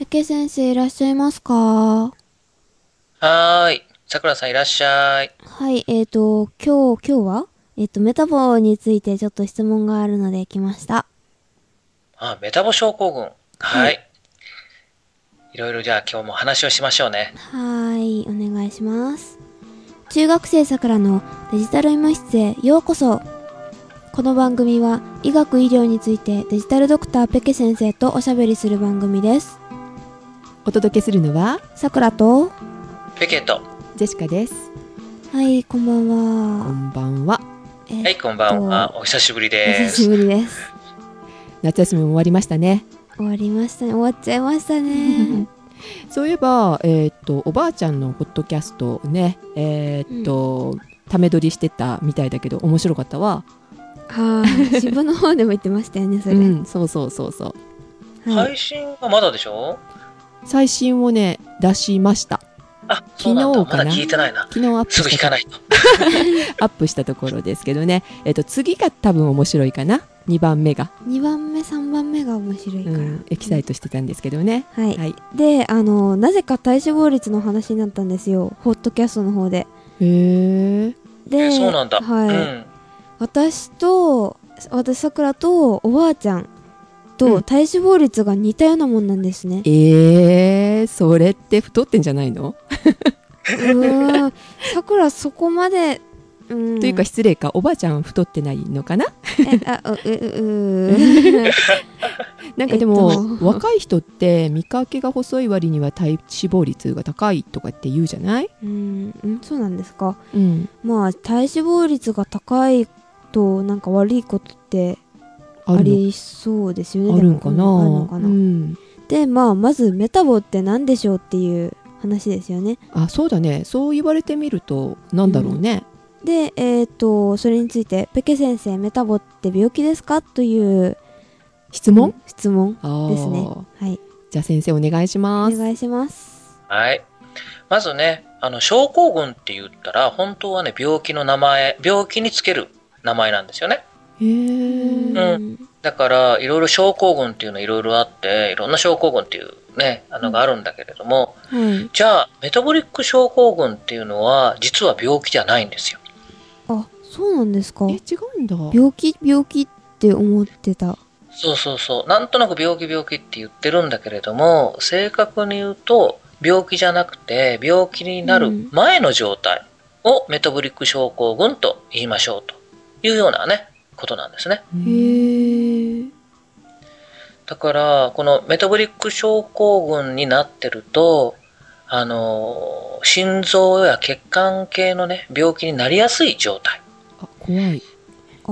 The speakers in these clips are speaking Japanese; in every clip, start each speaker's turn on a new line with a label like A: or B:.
A: 池先生いらっしゃいますかは
B: はーい。さくらさんいらっしゃい。
A: い、えっ、と、今日、今日はえっ、と、メタボについてちょっと質問があるので来ました。
B: あ、メタボ症候群。
A: は
B: はいい。いろいろじゃあ今日も話をしましょうね。
A: はーい、お願いします。中学生さくらのデジタル医務室へようこそ。この番組は医学医療についてデジタルドクターペケ先生とおしゃべりする番組です。
C: お届けするのは
A: さくらと
B: ペケと。
C: ジェシカです。
A: はい、こんばん
C: こ
A: は。
C: んばんは。
A: え
B: はい、こんばんは。お久しぶり
A: お
B: で
A: 久
B: す
A: し。ぶりです。
C: 夏休みも終わりましたね。
A: 終わりましたね。終わっちゃいましたね。
C: そういえば、えーっとおばあちゃんのポッドキャストね、えーっと、ため撮りしてたみたいだけど面白かったわ。
A: はい。渋の方でも言ってましたよね、それ。
C: うん、そうそうそうそう。
A: はい。
B: 配信はまだでしょ
C: 最新をね出しました。
B: あ、そうなんだ。
C: 昨日か
B: ま
C: な
B: だ聞いてないな。
C: 昨日アップ
B: すぐ
C: し
B: 聞か
C: た
B: ないと。
C: アップしたところですけどね。えーっと次が多分面白いかな。2番目が、
A: 2番目、3番目が面白いうから。
C: ん、エキサイトしてたんですけどね。
A: はい。
C: はい。
A: で、あの、なぜか体脂肪率の話になったんですよ。ホットキャストの方で。
C: へえ。
A: で、
B: えそうなんだ。
A: はい。
B: うん。
A: 私と、私、さくらと、おばあちゃん
C: う
A: と
C: ん
A: 体脂肪率が似たようなもんなんですね。
C: えー、それって太ってんじゃないの、
A: うーん。さくら、そこまで、うん。
C: というか、失礼かおばあちゃん太ってないのかな
A: え、あ、う、う、う、 う。
C: なんかでも、
A: えっと
C: 若い人って見かけが細い割には体脂肪率が高いとかって言うじゃない、
A: うん、うんそうなんですか。
C: うん、
A: まあ体脂肪率が高いとなんか悪いことってあ
C: あるの
A: りそうですよね
C: あるんかな,、
A: でもうんあるのかな、
C: うん、
A: でまあまずメタボって何でしょうっていう話ですよね
C: あそうだねそう言われてみるとなんだろうね、
A: でえっ、とそれについてペケ先生メタボって病気ですかという
C: 質問、
A: 質問
C: あー
A: ですねはい
C: じゃあ先生お願いし
A: お
C: ます、
A: 願いします
B: はい。まずね、あの、症候群って言ったら、本当はね、病気の名前、病気につける名前なんですよね。
C: へえ、
A: うん
B: だから、いろいろ症候群っていうのいろいろあって、いろんな症候群っていうね、あのがあるんだけれども、
A: はい
B: じゃあ、メタボリック症候群っていうのは、実は病気じゃないんですよ。
A: あそうなんですか
C: え違うんだ
A: 病気病気って思ってた
B: そうそうそう。なんとなく病気病気って言ってるんだけれども、正確に言うと、病気じゃなくて、病気になる前の状態をメタボリック症候群と言いましょうというようなね、ことなんですね。
C: うん
A: へえ
B: だから、このメタボリック症候群になってると、あの、心臓や血管系のね、病気になりやすい状態。
C: あ怖い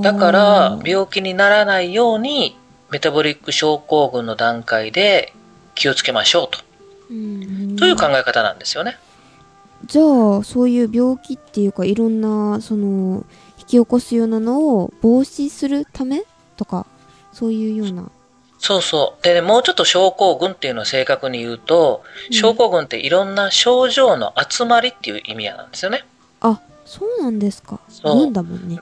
B: だから、病気にならないように、メタボリック症候群の段階で気をつけましょうと。
A: うん
B: という考え方なんですよね。
A: じゃあそういう病気っていうかいろんなその引き起こすようなのを防止するためとかそういうような
B: そうそう。でね、もうちょっと症候群っていうのを正確に言うと、症候群っていろんな症状の集まりっていう意味やなんですよね。
A: あそうなんですか
B: そう
A: なんだもんね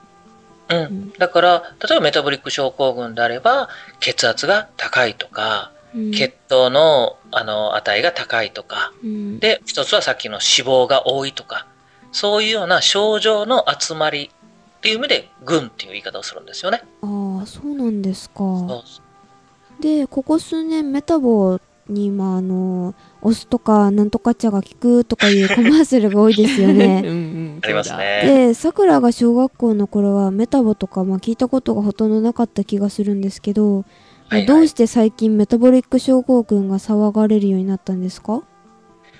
B: うん。
A: ん
B: だから、例えばメタボリック症候群であれば、血圧が高いとか、
A: うん
B: 血糖の、あの、値が高いとか、
A: うん
B: で、一つはさっきの脂肪が多いとか、そういうような症状の集まりっていう意味で、群っていう言い方をするんですよね。
A: ああそうなんです
B: そ
A: か
B: う
A: でここ数年メタボにまああのお酢とかなんとか茶が効くとかいうコマーシャルが多いですよ
C: う
A: ね
C: んうん
B: ありますね。
A: でさくらが小学校の頃はメタボとか、まあ、聞いたことがほとんどなかった気がするんですけど、
B: はいはい
A: どうして最近メタボリック症候群が騒がれるようになったんですか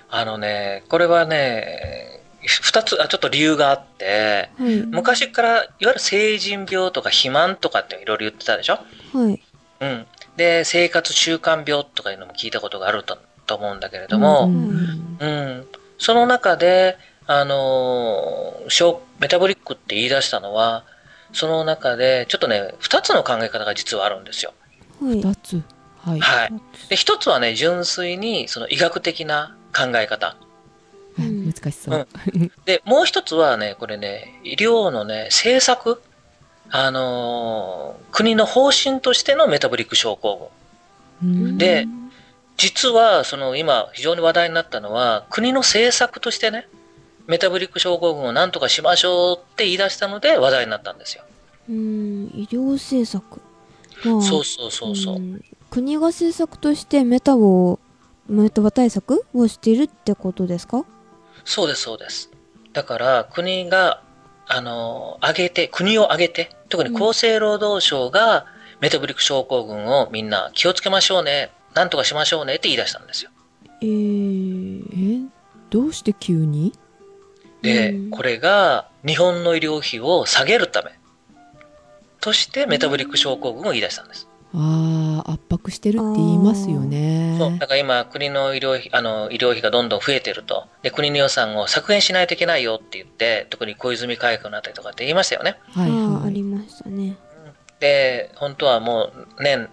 B: あのね、これはね、二つ、あ、ちょっと理由があって、
A: はい。
B: 昔から、いわゆる成人病とか肥満とかっていろいろ言ってたでしょ
A: はい。
B: うん。で、生活習慣病とかいうのも聞いたことがあるとと思うんだけれ
C: う
B: ど
C: ん
B: も、
C: うんう
B: う
C: ん
B: ん。その中で、あのー小メタボリックって言い出したのは、その中で、ちょっとね、二つの考え方が実はあるんですよ。
A: はい。
C: 二つはい
B: はい。で、一つはね、純粋に、その医学的な考え方。
A: うん
C: 難しそう、
B: で、もう一つはね、これね、医療のね、政策。あのー国の方針としてのメタボリック症候群。
C: うん
B: で、実は、その今非常に話題になったのは、国の政策としてね、メタボリック症候群を何とかしましょうって言い出したので話題になったんですよ。
A: うん、医療政策。まあ
B: そうそうそうそう。
A: ん国が政策としてメタボを、メタボ対策をしているってことですか
B: そうです、そうです。だから、国が、あの、上げて、国を挙げて、特に厚生労働省が、メタボリック症候群をみんな気をつけましょうね、なんとかしましょうねって言い出したんですよ。
A: えー、
C: えどうして急に
B: で、
A: うん
B: これが日本の医療費を下げるため、としてメタボリック症候群を言い出したんです。
C: ああ圧迫してるって言いますよね
B: そう。だから今、国の医療費、あの、医療費がどんどん増えてると。で、国の予算を削減しないといけないよって言って、特に小泉改革のあたりとかって言いましたよね。
C: は
A: あ
C: い
A: ー
C: は
A: あ
C: い
A: りましたね。
B: で、本当はもう年、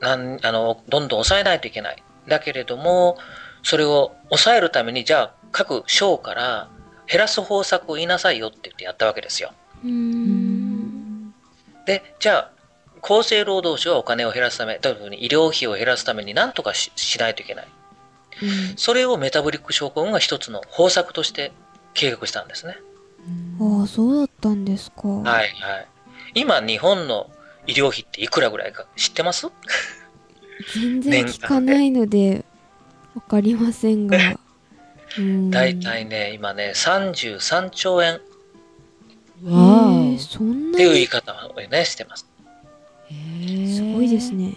B: なん、あの、どんどん抑えないといけない。だけれども、それを抑えるために、じゃあ各省から減らす方策を言いなさいよって言ってやったわけですよ。
A: うー。
C: うんん
B: で、じゃあ、厚生労働省はお金を減らすため、特に医療費を減らすために何とかししないといけない。それをメタボリック症候群が一つの方策として計画したんですね。
A: ああ、そうだったんですか。
B: はいはい。今、日本の医療費っていくらぐらいか知ってます
A: 全然聞かないので、わかりませんが。うん
B: 大体ね、今ね、33兆円っ
A: え
C: わあ
A: ー、そんな
B: ていう言
A: に
B: い方をね、してます。
A: すごいです
C: ね
A: ね。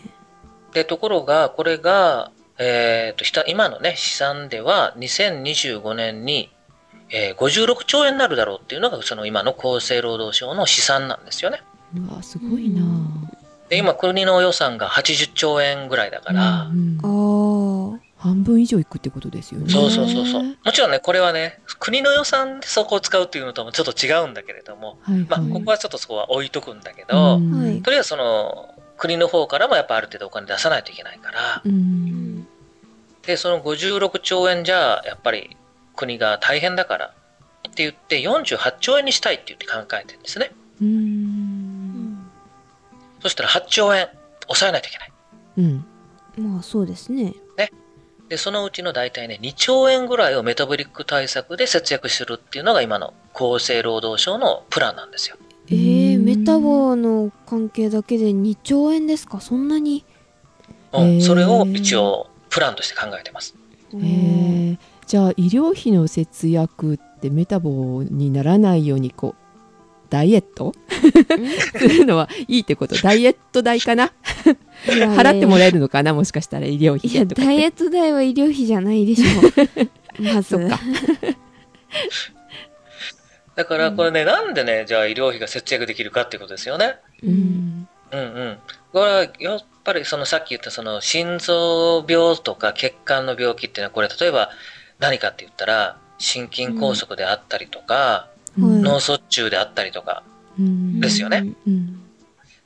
B: で、ところが、これが、えっと、ひた今のね、試算では、2025年に、えー56兆円になるだろうっていうのが、その今の厚生労働省の試算なんですよね。
C: うわすごいな
B: で、今、国の予算が80兆円ぐらいだから
C: う、ん
A: ああ。
C: 半分以上いくってことですよね
B: そうそうそうそう。もちろんね、これはね、国の予算でそこを使うっていうのともちょっと違うんだけれども、
C: はいはい
B: まあ、ここはちょっとそこは置いとくんだけど、
C: うん
A: はい
B: とりあえずその国の方からもやっぱある程度お金出さないといけないから、
C: うん
B: で、その56兆円じゃ、やっぱり国が大変だからって言って48兆円にしたいって言って考えてるんですね。
C: うん
B: そしたら8兆円抑えないといけない。
C: うん
A: まあそうですね。
B: で、そのうちの大体ね、2兆円ぐらいをメタボリック対策で節約するっていうのが今の厚生労働省のプランなんですよ。
A: えー、メタボの関係だけで2兆円ですかそんなに。
B: う
C: へー
B: ん、それを一応プランとして考えてます。
A: え
C: えーじゃあ医療費の節約ってメタボにならないようにこうダイエットするのはいいってことダイエット代かな払っても
A: ら
C: らえるのかなもしかしたら医療
A: いや、
C: 費とか
A: ダイエット代は医療費じゃないでしょ う。まず。
C: そっか
B: だからこれね、なんでね、じゃあ医療費が節約できるかっていうことですよね。
A: う。
C: うんん
B: うんうん。これはやっぱりそのさっき言ったその心臓病とか血管の病気っていうのはこれ例えば何かって言ったら心筋梗塞であったりとか、
A: うん
B: 脳卒中であったりとか。
C: うん
B: ですよね。
C: うん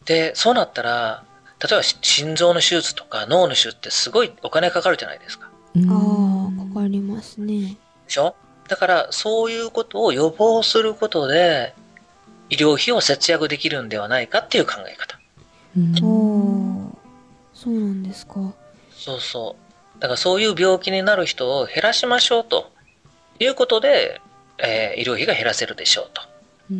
B: で、そうなったら、例えばし心臓の手術とか脳の手術ってすごいお金かかるじゃないですか。
C: うん
A: ああ、かかりますね。
B: でしょだからそういうことを予防することで医療費を節約できるんではないかっていう考え方。
C: うん
A: ああ、そうなんですか。
B: そうそう。だからそういう病気になる人を減らしましょうということで、えー医療費が減らせるでしょうと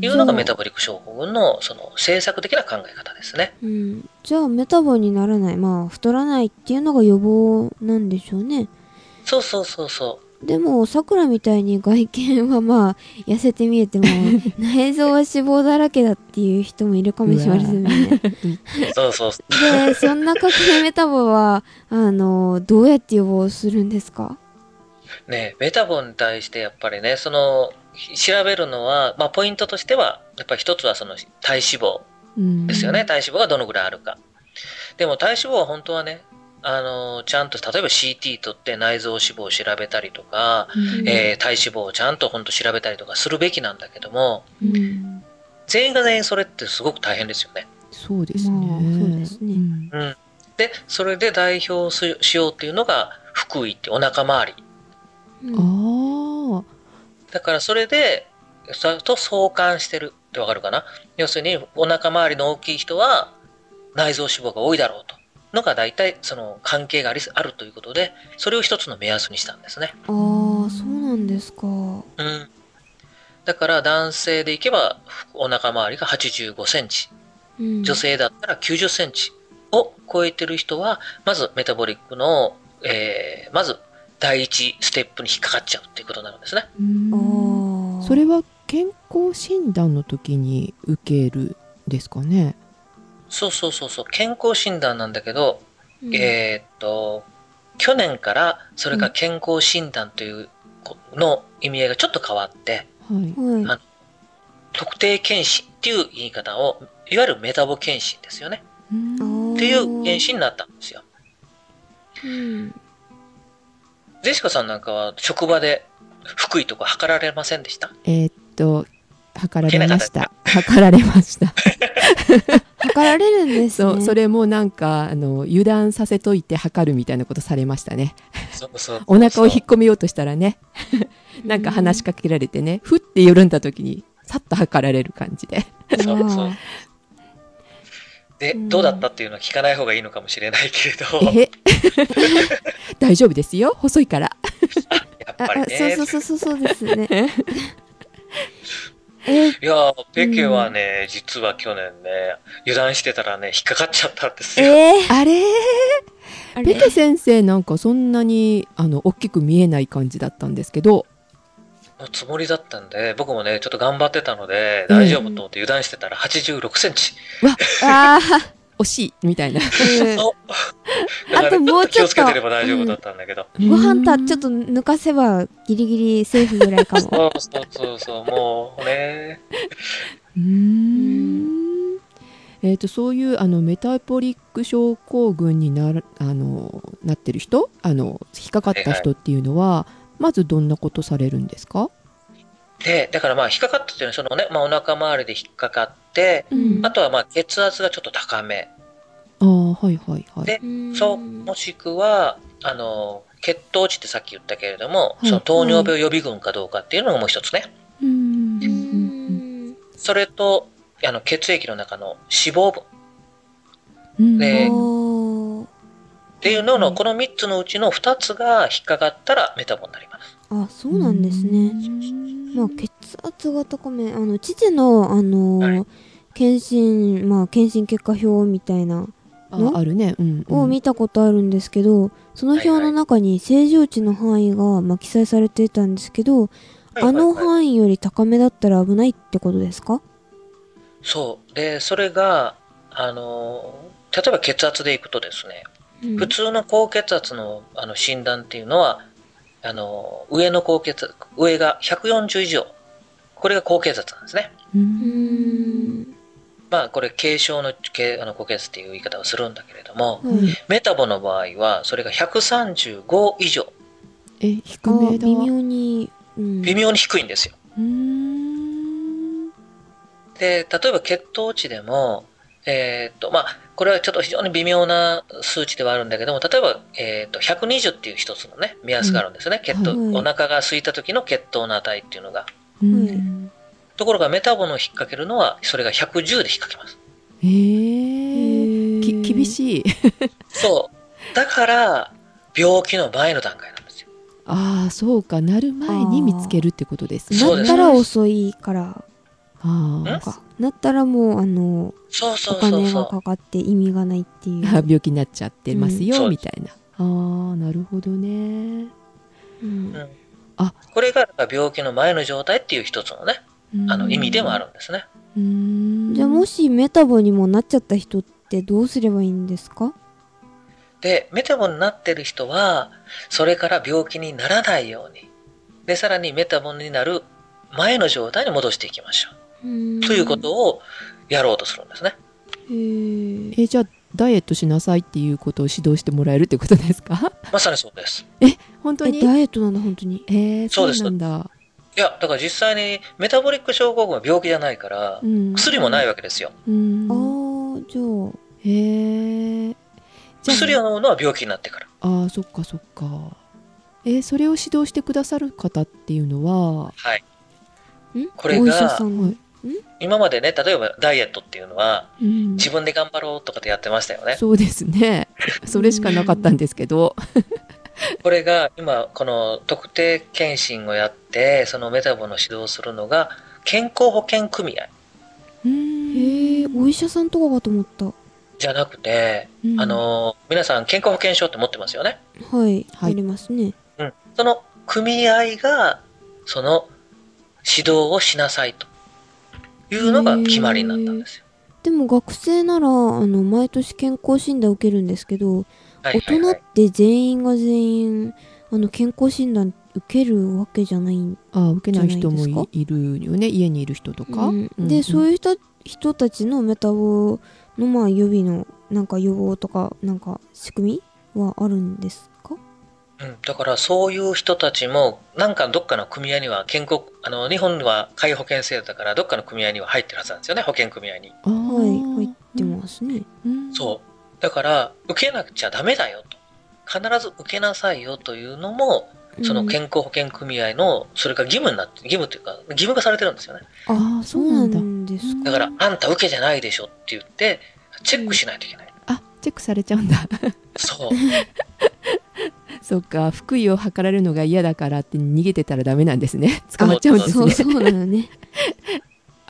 B: いうのがメタボリック症候群のその政策的な考え方ですね。
A: うん。じゃあ、メタボにならない。まあ、太らないっていうのが予防なんでしょうね。
B: そうそうそうそ
A: でも、さくらみたいに外見はまあ、痩せて見え ても、内臓は脂肪だらけだっていう人もいるかもしれませんね。
B: う。そうそうそう。
A: で、そんな革命メタボは、あの、どうやって予防するんですか
B: ねメタボに対してやっぱりね、その、ひ調べるのは、まあポイントとしては、やっぱり一つはその体脂肪
C: うん
B: ですよね。体脂肪がどのぐらいあるか。でも体脂肪は本当はね、あの、ちゃんと、例えば CT 取って内臓脂肪を調べたりとか、
A: うん
B: えー体脂肪をちゃんと本当調べたりとかするべきなんだけども、
A: うん
B: 全員が全員それってすごく大変ですよね。
C: そうですね、
A: まあそうですね
C: ん
B: うん。で、それで代表すしようっていうのが、腹囲ってお腹周り。
A: うん
C: あ
B: だからそれで、それと相関してるってわかるかな要するに、お腹周りの大きい人は、内臓脂肪が多いだろうと。のが大体その関係がありあるということで、それを一つの目安にしたんですね。
A: ああ、そうなんですか。う
B: うん。だから男性でいけばお腹周りが85センチ、
A: ん、
B: 女性だったら90センチを超えてる人は、まずメタボリックの、えー、まず第一ステップに引っかかっちゃうっていうことになるんですね。
A: ああ。
C: それは健康診断の時に受けるですかね。
B: そうそうそうそう、健康診断なんだけど、
A: うん、
B: えーっと、去年からそれが健康診断というこの意味合いがちょっと変わって、
C: はい。
A: はい。
B: あ特定検診っていう言い方を、いわゆるメタボ検診ですよね。
A: あ
B: っていう検診になったんですよ。
A: うん
B: ジェシカさんなんかは職場で福井とか測られませんでした
C: えーっと測られました。測られま した。
A: 測られるんです
C: そ
A: ね。
C: う、それもなんかあの油断させといて測るみたいなことされましたね。
B: そうそう
C: お腹を引っ込めようとしたらね、なんか話しかけられてね、ふって緩んだ時にさっと測られる感じで。
B: そうそう
A: わあ。
B: で、
A: うん
B: どうだったっていうのは聞かない方がいいのかもしれないけれど、
C: えへ 大丈夫ですよ。細いから。
B: や
A: あ
B: っぱり
A: あ、そう
B: ね
A: そう。そうそうそうですね。 え、
B: いやー、ペケはね、実は去年ね、油断してたらね、引っかかっちゃったんですよ。
A: え
C: あれー
A: ー、
C: ペケ先生なんかそんなにあの大きく見えない感じだったんですけど、
B: のつもりだったんで、僕もね、ちょっと頑張ってたので、大丈夫と思って油断してたら86センチ。
A: ああ、
C: 惜しいみたいな。
A: うん
B: おだから
A: あともうちょっと
B: 気をつけてれば大丈夫だったんだけど。
A: ご飯たちょっと
C: と
A: 抜かせばギリギリセーフぐらいかも。
B: そうそうそうそう、もうね。
C: うーんえー、とそういうあのメタボリック症候群になるあのなってる人あの引っかかった人っていうのは、まずどんなことされるんですか、
B: で、だからまあ、引っかかったっていうのは、そのね、まあ、お腹周りで引っかかって、
A: うん
B: あとはまあ、血圧がちょっと高め。
C: ああはいはいはい。
B: でそう、もしくは、あの、血糖値ってさっき言ったけれども、
C: はい
B: その糖尿病予備軍かどうかっていうのがもう一つね。
C: うーん
A: うーん。
B: それと、あの、血液の中の脂肪分
C: うん
B: ねえ
A: おー
B: っていうのの、
C: うん
B: この3つのうちの2つが引っかかったらメタボになります。
A: あ、そうなんですね。まあ、血圧が高め、あの、父の、あのー
B: は
A: 検診、まあ、検診結果表みたいな、
C: ああるね。うんうん
A: を見たことあるんですけど、その表の中に正常値の範囲が、まあ、記載されていたんですけど、あの
B: 囲
A: 範囲より高めだったら危ないってことですか
B: そう。で、それが、あの、例えば血圧でいくとですね、普通の高血圧のあの診断っていうのは、あの、上の高血圧、上が140以上。これが高血圧なんですね。
C: う
A: うんん。
B: まあ、これ、軽症の軽あの高血圧っていう言い方をするんだけれども、
A: うんはい。
B: メタボの場合は、それが135以上、
C: え低
A: あ、
C: めだ。
A: 微妙に、うん。
B: 微妙に低いんですよ。
C: うーん
B: で、例えば血糖値でも、えーっと、まあ、これはちょっと非常に微妙な数値ではあるんだけども、例えば、えーっと、120っていう一つのね、目安があるんですね。血糖、
A: はい
B: お腹が空いた時の血糖の値っていうのが。
C: うん
B: ところが、メタボの引っ掛けるのは、それが110で引っ掛けます。
C: えーき厳
A: い。
C: しい。
B: そう。だから、病気の前の段階なんですよ。
C: ああそうかなる前に見つけるってことですね。
B: そ
A: な
B: うで
A: っ
B: す
A: たら遅いから
C: あ
B: ん
C: あ
A: か。なったらもう、あの、
B: そうそ
A: お
B: うそう
A: 金
B: そ
A: が
B: う。
A: かかって意味がないっていう。
C: 病気になっちゃってます
B: うん
C: よ、
B: そうで
C: み
B: す
C: たいな。ああなるほどね。
A: うん
B: うん
C: あ
B: これがだから病気の前の状態っていう一つのね、あの意味でもあ
C: る。
B: るんですね。
C: うーん
A: じゃあもしメタボにもなっちゃった人ってどうすればいいんですか
B: で、メタボになってる人は、それから病気にならないように、で、さらにメタボになる前の状態に戻していきましょ
A: と
B: う。と
A: い
B: いうことをやろうとするんですね。
A: へー
C: えじゃあダイエットしなさいっていうことを指導してもらえるってことですか？
B: まさにそうです。
C: 本当
A: え
C: に。
A: ダイエットなんだ本当に
C: えー、
B: そ
C: そうう
B: です
C: なんだ。
B: いや、だから実際にメタボリック症候群は病気じゃないから、
C: うん
B: 薬もないわけですよ。
C: うん
A: ああじゃ
C: へえ。じゃあ
B: 薬を飲むのは病気になってから。
C: ああそっかそっか。えーそれを指導してくださる方っていうのは、
B: はい。
A: あん
B: これが
A: お医者さん
C: は
A: の
C: い
B: 今までね、例えばダイエットっていうのは、
C: うん
B: 自分で頑張ろうとかでやってましたよね。
C: そうですね。それしかなかったんですけど、
B: これが今この特定健診をやってそのメタボの指導するのが健康保険組合
A: へえお医者さんとかかと思った、
B: じゃなくて、
A: うん
B: あの皆さん健康保険証って持ってますよね、
A: はい、
C: はい
A: ありますね
B: うん、その組合がその指導をしなさいというのが決まりになったんですよ、
A: でも学生ならあの毎年健康診断受けるんですけど、
B: はいはいは
A: 大
B: い
A: 人って全員が全員あの健康診断受けるわけじゃないん
C: ああ受けない人
A: じゃない
C: も
A: で
C: いいるよね家にいる人とか、
A: うんで、そう
C: いう
A: いう人人たちのメタボのまあ予備のなんか予防とかなんか仕組みはあるんですか
B: うん、だからそういう人たちも、なんかどっかの組合には健康、あの、日本は皆保険制度だから、どっかの組合には入ってるはずなんですよね、保険組合に。
C: ああ
A: はい入ってますね、
C: うん
B: そう。だから、受けなくちゃダメだよと。必ず受けなさいよというのも、その健康保険組合の、それが義務になって、義務というか、義務化されてるんですよね。
C: ああ
A: そ
C: そうう
A: な
C: なんだ
A: んですか
B: だから、あんた受けじゃないでしょって言って、チェックしないといけない。
C: あチェックされちゃうんだ
B: そう。
C: そうか福井を図られるのが嫌だからって逃げてたらダメなんです ね捕まっちゃうんです
A: そう
C: ね
A: そうなのね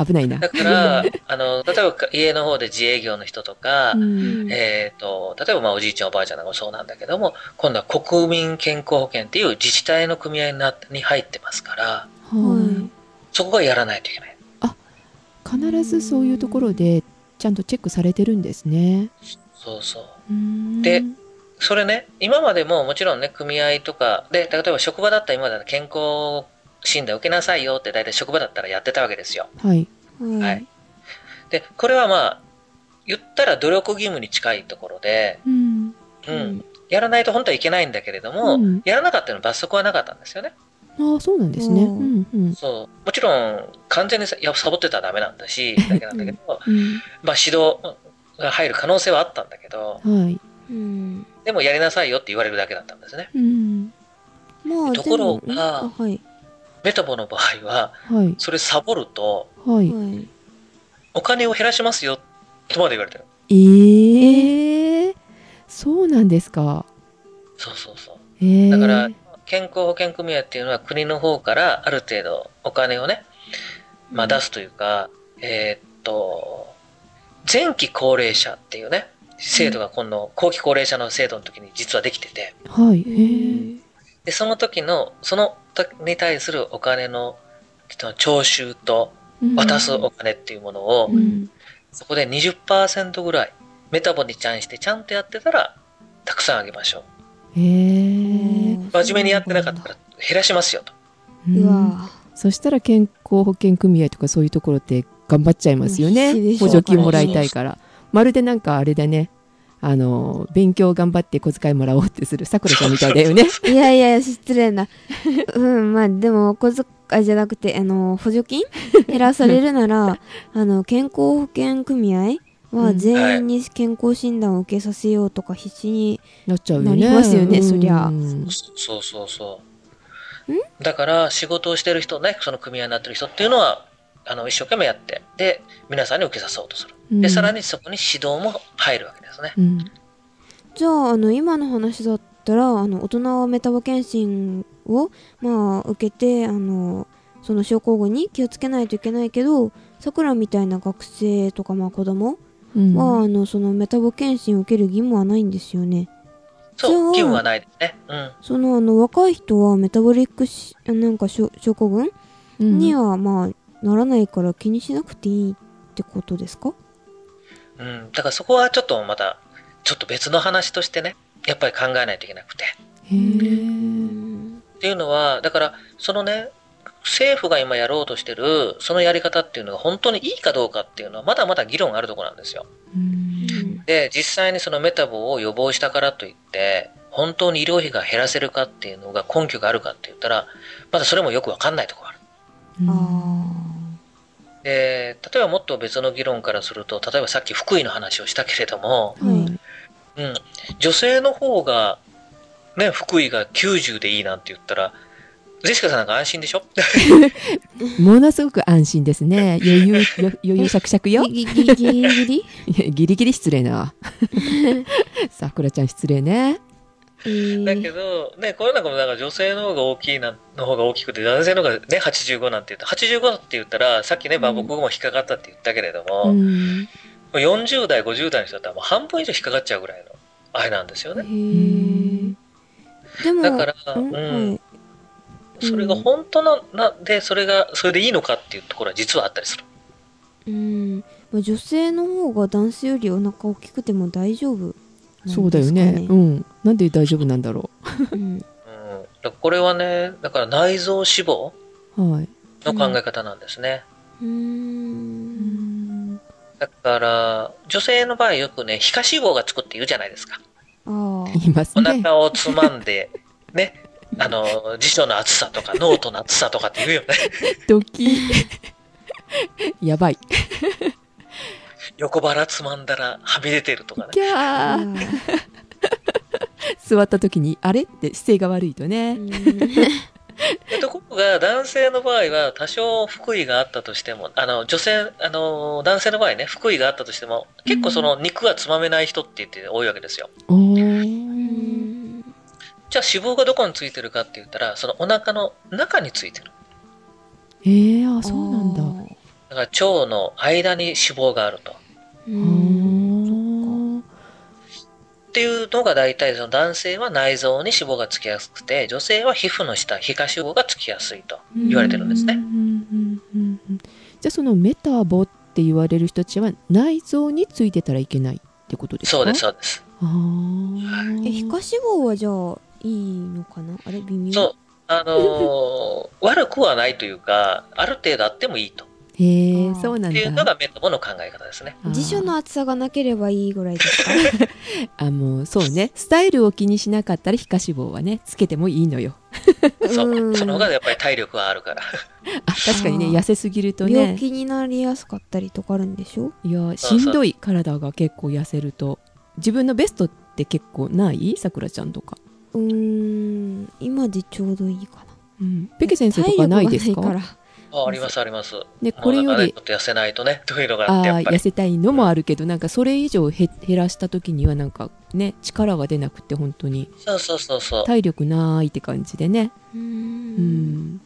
C: 危ないな
B: だから、あの、例えば家の方で自営業の人とか、
C: うん
B: えー、と例えばまあおじいちゃんおばあちゃんなんかもそうなんだけども今度は国民健康保険っていう自治体の組合になに入ってますから
A: は
B: そこがやらないといけない
C: はい必ずそういうところでちゃんとチェックされてるんですね
B: そうそう
C: うん
B: でそれね今までももちろんね組合とかで例えば職場だったら今までは健康診断受けなさいよって大体職場だったらやってたわけですよ
C: はい
A: い
B: はいでこれはまあ言ったら努力義務に近いところで、
C: うん
B: う
A: う
B: ん
A: ん
B: やらないと本当はいけないんだけれども、
C: うん
B: やらなかったの罰則はなかったんですよね
C: ああそうなんですね
A: う
C: うんんうん
B: そう。もちろん、完全にさいやサボってたらダメなんだし、だけなんだけど、まあ指導が入る可能性はあったんだけど、
C: はい
A: うん
B: でもやりなさいよって言われるだけだったんですね。
C: うん
A: まあ
B: ところが
A: でもあはい
B: メタボの場合は、
C: はい
B: それサボると、
C: はい
A: はい
B: お金を減らしますよ、とまで言われてる。
C: ええそうなんですか。
B: そうそうそう。
C: ええ
B: だから、健康保険組合っていうのは国の方からある程度お金をね、まあ出すというか、えーっと、前期高齢者っていうね、制度が今度、後期高齢者の制度の時に実はできてて、
C: はい。
A: へ
C: ええ
A: ー
B: で、その時の、その時に対するお金の、その徴収と渡すお金っていうものを、
C: うん
A: うん
B: そこで20%ぐらい、メタボに関してちゃんとやってたら、たくさんあげましょう。
C: ええ
B: 真面目にやってなかったら減らしますよと。
A: う
C: うん
A: わ
C: そしたら健康保険組合とかそういうところって頑張っちゃいますよ
A: 必死で
C: ね。
A: しょ
C: 補助金もらいたいから。まるでなんかあれだね。あの勉強頑張って小遣いもらおうってするさくらちゃんみたいだよ ね。
A: いやいやいや失礼なうんまあでもお小遣いじゃなくてあの補助金減らされるな らあの健康保険組合は
C: うん
A: 全員に健康診断を受けさせようとか必死に、
C: なっちゃうよね。
A: なりますよねそりゃ
C: うん
B: そうそうそう。だから、仕事をしてる人ね、その組合になってる人っていうのは、あの、一生懸命やって、で、皆さんに受けさそうとする。
C: う
B: で、
C: ん
B: さらにそこに指導も入るわけですね。
C: うん
A: じゃああの今の話だったらあの大人はメタボ検診を、まあ、受けてあのその症候群に気をつけないといけないけどさくらみたいな学生とか、まあ、子供
C: うん
A: は、あのそのメタボ検診を受ける義務はないんですよね。
B: そう
A: じゃあ、
B: 義務はないですね。うん。
A: そのあの若い人はメタボリックしなんか症症候群
C: うん
A: にはまあならないから気にしなくていいってことですか
B: うん、だからそこはちょっとまた、ちょっと別の話としてね、やっぱり考えないといけなくて。
C: へ
A: う
C: え
A: ん
B: っていうのは、だから、そのね、政府が今やろうとしてる、そのやり方っていうのが本当にいいかどうかっていうのは、まだまだ議論があるところなんですよ。
C: うん
B: で、実際にそのメタボを予防したからといって、本当に医療費が減らせるかっていうのが根拠があるかって言ったら、まだそれもよくわかんないところがある。
A: あ
B: で、例えばもっと別の議論からすると、例えばさっき福井の話をしたけれども、
A: ーはい
C: は
B: う
C: い
B: ん、女性の方が、ね、福井が90でいいなんて言ったら、ジェシカさんなんか安心でしょ
C: ものすごく安心ですね。余裕、よ余裕しゃくしゃくよ。
A: ギリギリギリギリ
C: ギリギリ失礼 な。さくらちゃん失礼ね。
A: えー
B: だけど、ね、こういうのもなんか女性の方が大きいな、の方が大きくて、男性の方がね、85なんて言った。85って言ったら、さっきね、まあ
A: うん
B: 僕も引っかかったって言ったけれど
C: う
B: も、
C: ん。
B: 40代、50代の人だったらもう半分以上引っかかっちゃうぐらいの、あれなんですよ
A: へ
B: ね。
A: ーでも
B: だから
A: うん
B: うん
A: はい
B: それが本当のなんで、それが、それでいいのかっていうところは実はあったりする。
A: うんまあ女性の方が男性よりお腹大きくても大丈夫なんですか
C: そうだよね。うん。なんで大丈夫なんだろ
A: うん
B: うん。だからこれはね、だから内臓脂肪
C: う。はい。
B: の考え方なんですね。
A: うーん
B: だから、女性の場合よくね、皮下脂肪がつくって言うじゃないですか。
A: ああ
C: 言います
B: お
C: ね。
B: 腹をつまんで、ね、あの、辞書の厚さとか、ノートの厚さとかって言うよね。
C: ドキ。やばい。
B: 横腹つまんだらはみ出てるとかね。
C: キャー。
A: あ
C: 座った時に、あれって姿勢が悪いと
A: ー
C: ね。
A: うん
B: でところが、男性の場合は、多少福井があったとしても、あの、女性、あの、男性の場合ね、福井があったとしても、結構その肉がつまめない人って言って多いわけですよ。
C: お
A: う
C: ー。
A: ん
B: じゃあ脂肪がどこについてるかって言ったら、そのお腹の中についてる。
C: えー、あ、そうなんだ。
A: あ
B: だから腸の間に脂肪があると。
A: ーうん
C: あ
B: っていうのが大体その男性は内臓に脂肪がつきやすくて、女性は皮膚の下、皮下脂肪がつきやすいと
C: ー
B: 言われてるんです
C: う
B: ね。
C: んうんうんうんじゃあそのメタボって言われる人たちは内臓についてたらいけないってことですか
B: そうです、。そうです。
C: あー
A: え皮下脂肪はじゃあいいのかなあれ微妙
B: そう。あのー悪くはないというか、ある程度あってもいいと。
C: へえ
A: あー
C: そうな
B: っ
C: ん
B: ていうの
C: だ。
B: がメタボの考え方ですね。
C: あー
A: 辞書の厚さがなければいいぐらいですか
C: あもうそうねスタイルを気にしなかったら皮下脂肪はねつけてもいいのよ。
B: そうう。
A: ん
B: その方がやっぱり体力はあるから。
C: あ確かにね
A: あー
C: 痩せすぎると
A: 病
C: ね
A: 気になりやすかったりとかあるんでしょ
C: いや
B: そう
C: しんどい体が結構痩せると自分のベストって結構ないさくらちゃんとか。
A: うーん今でちょうどいいかな
C: うん、ペケ先生とかないです
A: 体
C: か
A: 力がないか
B: ああります、あります。
C: ねこれ
B: もうだ
C: よ
B: からね
C: り
B: ちょっと痩せないとね、というのがあって、
C: あ
B: や
C: あ
B: っぱ
C: 痩
B: り。
C: せたいのもあるけどなんかそれ以上へ減らした時にはなんかね力が出なくて本当に
B: そうそうそうそう。だ
C: 体力ないって感じでね
A: らうー
C: うんん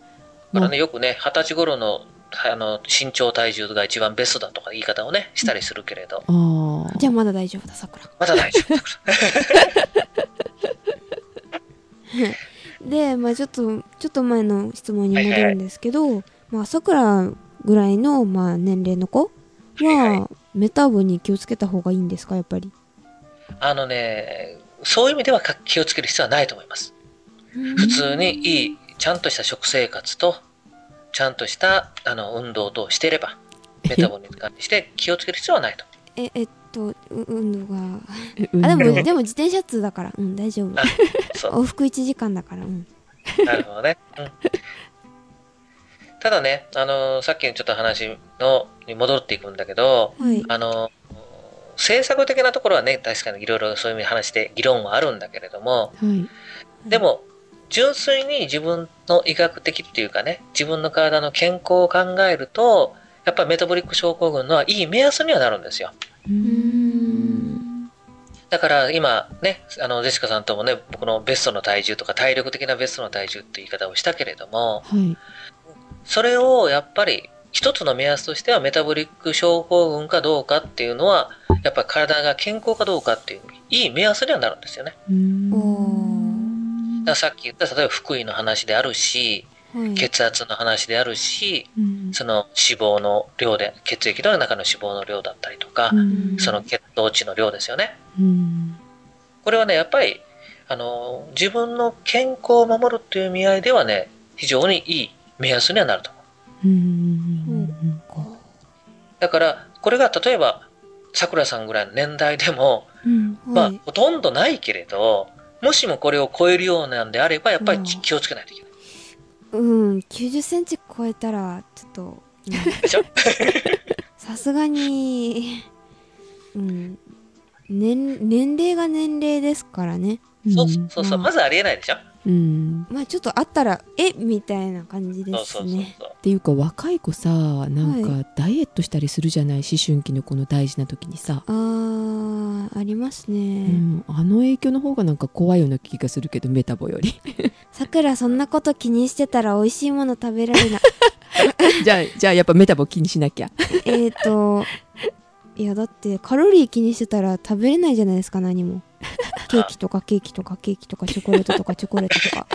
B: からね、よくね、二十歳頃の、あの、身長体重が一番ベストだとか言い方をね、したりするけれど、
C: ああ
A: じゃあまだ大丈夫ださくら
B: まだ大丈夫だ から。
A: で、まあ、ちょっとちょっと前の質問に戻るんですけど、まあさくらぐらいの、まあ、年齢の子
B: はいは
A: はメタボに気をつけた方がいいんですかやっぱり
B: あのね、そういう意味ではか気をつける必要はないと思います。普
A: 普
B: 通にいい、ちゃんとした食生活と、ちゃんとしたあの運動としていれば、メタボに関して気をつける必要はないと。
A: ええっとう運動が
C: 運
A: あでも
C: 動
A: でも自転車通だからうん大丈夫
B: あそう、
A: 往復1時間だからうん
B: なるほどね。うんただね、あのさっきのちょっと話のに戻っていくんだけど、
A: はい
B: あの政策的なところはね、確かにいろいろそういう話で議論はあるんだけれども、
C: はい
B: でも、純粋に自分の医学的っていうかね、自分の体の健康を考えると、やっぱりメタボリック症候群のいい目安にはなるんですよ。
C: うーん
B: だから今ね、あの、ジェシカさんともね、僕のベストの体重とか体力的なベストの体重っていう言い方をしたけれども、
C: はい
B: それをやっぱり一つの目安としてはメタボリック症候群かどうかっていうのは、やっぱり体が健康かどうかっていう、いい目安にはなるんですよね。
C: うーん
B: だからさっき言った、例えば福井の話であるし、
A: はい
B: 血圧の話であるし、
C: うん
B: その脂肪の量で、血液の中の脂肪の量だったりとか、
C: うん
B: その血糖値の量ですよね。
C: うん
B: これはね、やっぱり、あの、自分の健康を守るという意味合いではね、非常にいい目安にはなると思う。
C: うんうん
B: だから、これが例えば、桜さんぐらいの年代でも、
C: うん
B: ま
A: は
B: あ
A: い、
B: ほとんどないけれど、もしもこれを超えるようなんであれば、やっぱり
A: うん
B: 気気をつけないといけない。
A: うん9 0センチ超えたらちょっとうん
B: でしょ
A: さすがにうん年年齢が年齢ですからね
B: そうそうそう、
A: うん
B: まずありえないでしょ
C: うん、
A: まあちょっとあったらえみたいな感じで
B: そうそ
A: す
B: うそう
A: ね
B: そう。
C: っていうか若い子さなん
A: は
C: かダイエットしたりするじゃない、思春期のこの大事な時にさ、
A: あーあります
C: う
A: ね
C: ん、あの影響の方がなんか怖いような気がするけどメタボより
A: さくらそんなこと気にしてたら美味しいもの食べら れない
C: じゃあじゃあやっぱメタボ気にしなきゃ
A: えっといやだってカロリー気にしてたら食べれないじゃないですか何 もケーキとかケーキとかケーキとかチョコレートとかチョコレートとか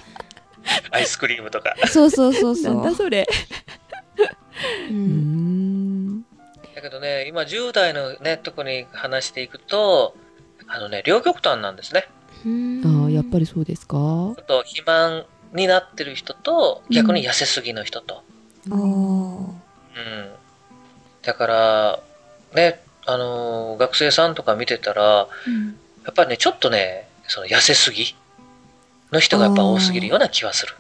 B: アイスクリームとか。
A: そうそうそうそ
C: なん
A: う
C: だそれ
A: う
C: うー
A: ん
C: ん
B: だけどね、今10代のね、特に話していくと、あのね、両極端なんですね。
A: うん
C: あーやっぱりそうですかあ
B: ちょっと肥満になってる人と、逆に痩せすぎの人と。
A: あー
B: うん。だから、ね、あのー学生さんとか見てたら、
A: うん
B: やっぱりね、ちょっとね、その痩せすぎの人がやっぱ多すぎるような気はする。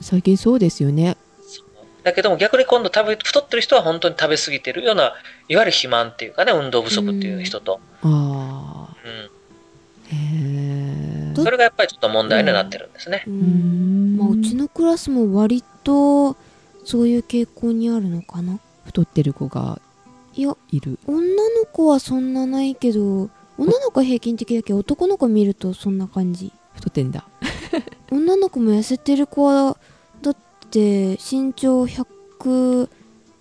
C: 最近そうですよね
B: だけども逆に今度食べ、太ってる人は本当に食べ過ぎてるような、いわゆる肥満っていうかね、運動不足っていう人と。
C: あ
B: うん。
C: ーへえ
A: ど
B: それがやっぱりちょっと問題になってるんですね。
A: う
C: うんん
A: まあ、うちのクラスも割とそういう傾向にあるのかな
C: 太ってる子が
A: いや
C: いる
A: 女の子はそんなないけど女の子は平均的だけど男の子見るとそんな感じ
C: 太ってんだ
A: 女の子も痩せてる子はだって身長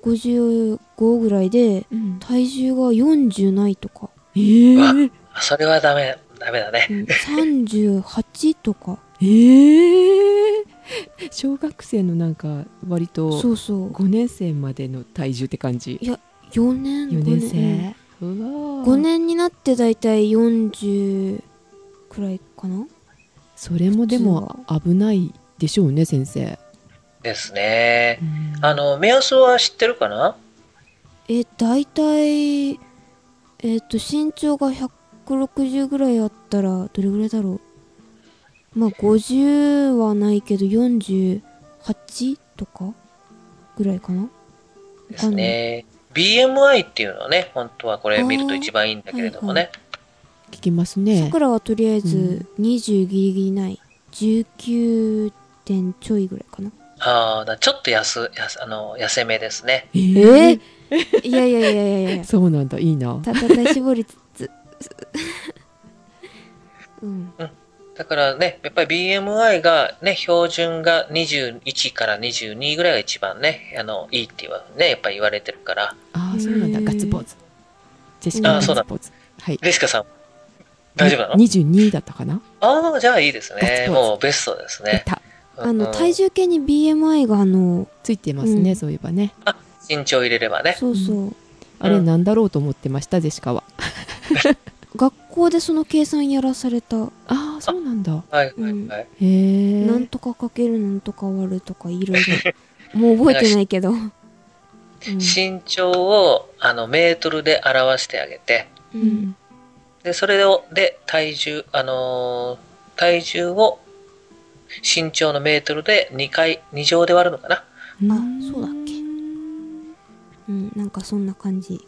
A: 155ぐらいで体重が40ないとか、
C: ええ
B: うわそれはダメ、ダメだね
A: う。ん、38とか
C: ええ小学生のなんか割と
A: そうそう
C: 5年生までの体重って感じ
A: 4年
C: 4年
A: 5うん
C: 生うわ
A: 5年になってだいたい40くらいかな
C: それもでも危ないでしょうね先生
B: ですね。あの、目安は知ってるかな
A: えだいたいえっ、と身長が160ぐらいあったらどれぐらいだろうまあ50はないけど48とかぐらいかな
B: ですね。BMI っていうのはね、本当はこれ見ると
A: あー
B: 一番いいんだけれどもね。
C: 聞きます
A: さ
C: ね
A: くらはとりあえず20ギリギリない19点ちょいぐらいかな
B: ああ、だちょっとやす、やす、あの、痩せ目ですね。
C: え
A: え
C: ー
A: いやいやいやいやいやいや
C: そうなんだいいな
A: たたた絞りつつ うん
B: だからね、やっぱり BMI がね、標準が21から22ぐらいが一番ね、あの、いいって言わね、やっぱり言われてるから。
C: ああそうなんだ
A: へー
C: ガッツポーズジェシカ
B: あ
C: ガ
B: ーそう
C: ッ
B: だ
C: ツポーズはい
B: レシカさん、大丈夫なの
C: 22だったかな
B: ああ、じゃあいいです
C: ガッツ
B: ね。
C: ポーズ
B: もうベストです
C: やっ
B: ね。
C: た
A: あ
B: う
A: の
B: ん
A: 体重計に BMI があの
C: ついてますね、
A: うん
C: そういえばね
B: 身長入れればね。
A: そうそう、
C: あれなんだろうと思ってましたジェシカは
A: 学校でその計算やらされた、
C: ああそうなんだ
B: はい、
A: う
B: はい、
A: ん
B: はい。
C: へえ
A: なんとかかけるなんとか割るとかいろいろもう覚えてないけ ど、うん
B: 身長を、あの、メートルで表してあげて、
A: う
C: うんん
B: で、それを、で、体重、あのー体重を身長のメートルで2回、2乗で割るのかな。
A: あそうだっけうんなんかそんな感じ、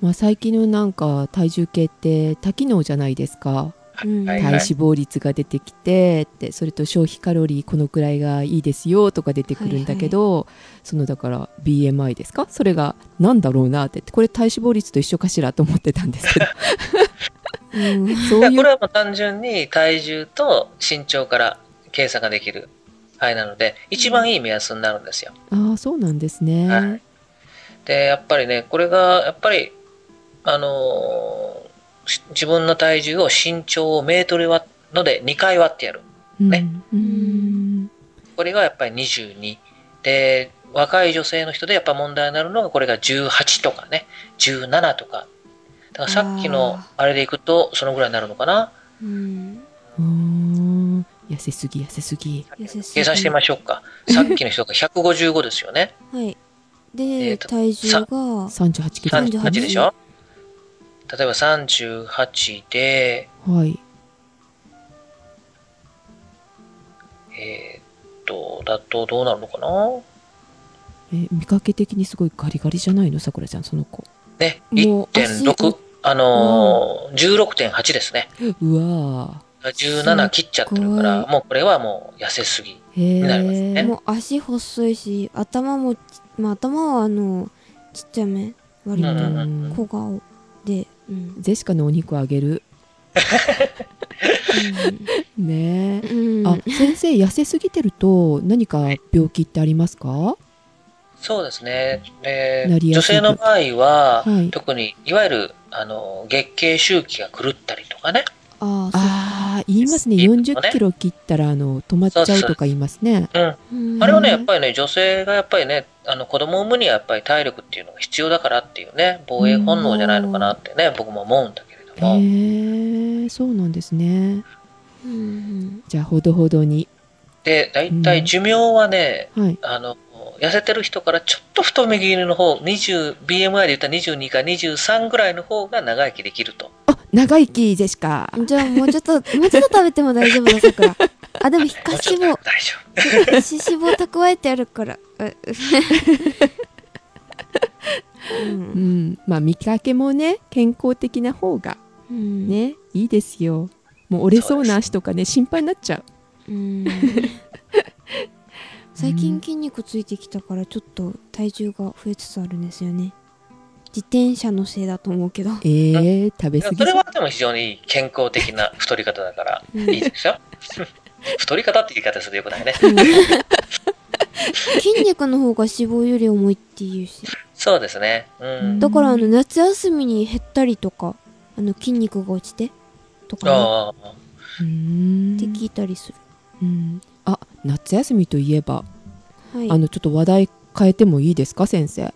C: まあ、最近のなんか体重計って多機能じゃないですか
A: うん
B: はい
C: 体
B: は
C: 脂
B: い
C: 肪率が出てきてってそれと消費カロリーこのくらいがいいですよとか出てくるんだけど、そのだから BMI ですかそれがなんだろうなってこれ体脂肪率と一緒かしらと思ってたん ですけど
A: うん、
C: そう
B: い
C: い
B: やこ
C: う
B: れはもう単純に体重と身長から計算ができる範囲なので、一番いい目安になるんですよ。
C: ああそうなんですね、
B: はいで、やっぱりね、これが、やっぱり、あのーし自分の体重を身長をメートルで割るので2回割ってやる。
C: うん
B: ね
C: うん
B: これがやっぱり22。で、若い女性の人でやっぱ問題になるのがこれが18とかね、17とか。だからさっきの
A: あ
B: あれでいくとそのぐらいになるのかな。
A: うん、
C: うーん痩せすぎ痩せすぎ
A: 痩せすぎ
B: 計算してみましょうか。さっきの人が155ですよね。
A: はいで、
B: えーと
A: 体重が
C: 38キロ
B: 38
A: 38
B: でしょ例えば38で、
C: はい
B: えーっと、だとどうなるのかな
C: え見かけ的にすごいガリガリじゃないのさくらちゃんその子
B: ね、
A: もう足
B: 1.6、あのー、16.8ですね。
C: うわー
B: 17切っちゃってるから、
A: す
B: もうこれはもう痩せすぎ。
C: へえ
B: なります
A: え
B: ね
A: もう足細いし頭もちまあ頭はあのちっちゃめ割
B: うんう
A: と小
B: ん
A: 顔で、 うん
C: ゼシカのお肉あげるねえ、
A: うん、
C: あ先生痩せすぎてると何か病気ってありますか
B: そうですね。で
C: なりや
B: 女
C: すい
B: 性の場合は、
C: はい
B: 特にいわゆるあの月経周期が狂ったりとかね。
A: ああ
C: ああ言いますね
B: スピード
C: 4
B: とかね
C: 0キロ切ったらあの止まっちゃうとか言いますね
B: うん。
A: うん
B: あれはね、
C: う
B: や
C: ん
B: っぱりね、女性がやっぱりね、あの子供を産むにはやっぱり体力っていうのが必要だからっていうね、防衛本能じゃないのかなってね、僕も思うんだけれども。
C: へえそうなんですね
A: うんうん
C: じゃあほどほどに
B: で、大体寿命はね、
C: はい
B: あの、痩せてる人からちょっと太め気味の方、20、BMI で言ったら22か23ぐらいの方が長生きできると。
C: あ長生きゼシカ
A: じゃあもうちょっと、もうちょっと食べても大丈夫だ、さくら。あ、でも、皮下
B: もうちょっと
A: 脂肪、
B: 大丈夫。
A: 皮脂肪蓄えてあるから。うう
C: うんんまあ見かけもね健康的な方が
A: うん
C: ねいいですよもう折れそうな足とかね心配になっちゃう
A: うん最近筋肉ついてきたからちょっと体重が増えつつあるんですよね自転車のせいだと思うけど
C: ええ食べ過ぎ
B: それ
C: う
B: はでも非常に健康的な太り方だから、
A: う
B: い
A: ん
B: いですよ。太り方って言い方するとよくないね。
A: 筋肉の方が脂肪より重いっていうし
B: そうですね。うん。
A: だからあの夏休みに減ったりとかあの筋肉が落ちてとか
B: ああ。
C: ーん
A: ねって聞いたりする
C: うんあ夏休みといえば、
A: はい
C: あのちょっと話題変えてもいいですか先生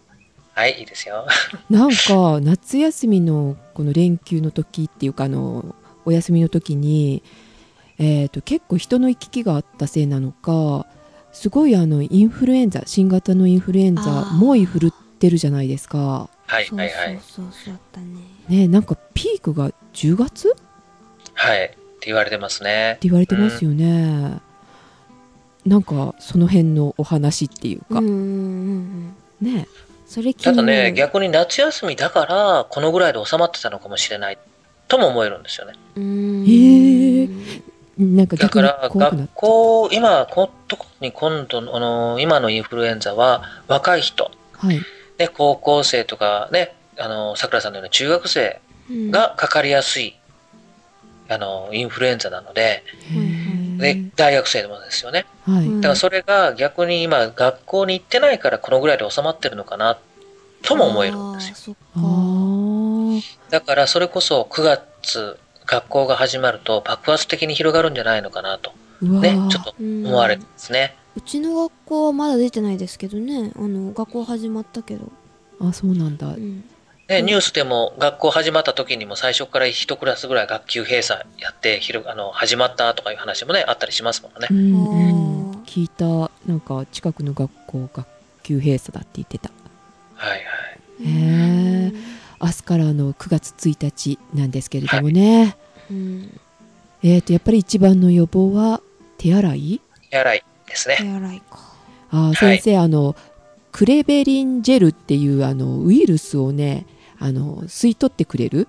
B: はい、いいですよ。
C: なんか夏休みのこの連休の時っていうかあのお休みの時に、えー、と結構人の行き来があったせいなのかすごいあのインフルエンザ新型のインフルエンザ
A: あー
C: 猛威振るってるじゃないですか、
B: はい、
A: そう
B: はい、はい。
A: そうそうそうだったね
C: ね、なんかピークが10月って
B: はい。って言われてますね。
C: 言われてますよね、なんかその辺のお話っていう
A: うん
C: か、
A: うんうん
C: ね
A: それ気
B: た
A: に
B: だ
A: な
B: ね、
A: る
B: 逆に夏休みだから、このぐらいで収まってたのかもしれない。とも思えるんですよね。
A: うーん
C: へえなんか
B: だ
C: 逆
B: か
C: に
B: ら、
C: 怖くなっ
B: 学校、今、こ特に今度の、あの、今のインフルエンザは、若い人、
C: はい
B: ね、高校生とかね、あの、桜さんのような中学生
A: うん
B: がかかりやすい、あの、インフルエンザなので、
A: い
B: で、大学生でもですよね。
C: はい、
A: うん
B: だからそれが逆に今、学校に行ってないから、このぐらいで収まってるのかな、とも思えるんですよ
A: あーそっか
C: あー
B: だからそれこそ9月学校が始まると爆発的に広がるんじゃないのかなと
C: うわ
B: ね
C: ー
B: ちょっと
A: うん
B: 思われてますね。
A: うちの学校はまだ出てないですけどねあの学校始まったけど、
C: あそうなんだ
A: うん
B: ね、
A: うん
B: ニュースでも学校始まった時にも最初から一クラスぐらい学級閉鎖やって広あの始まったとかいう話もねあったりしますもんね
C: う。んうん
A: あー
C: 聞いたなんか近くの学校学級閉鎖だって言ってた
B: はいはい。
C: へえ明日からあの9月1日なんですけれどもね、
A: うん
C: えっ、とやっぱり一番の予防は手洗い
B: 手洗いですね。
A: 手洗いか
C: あー
B: はい
C: 先生、あのクレベリンジェルっていうあのウイルスをねあの吸い取ってくれる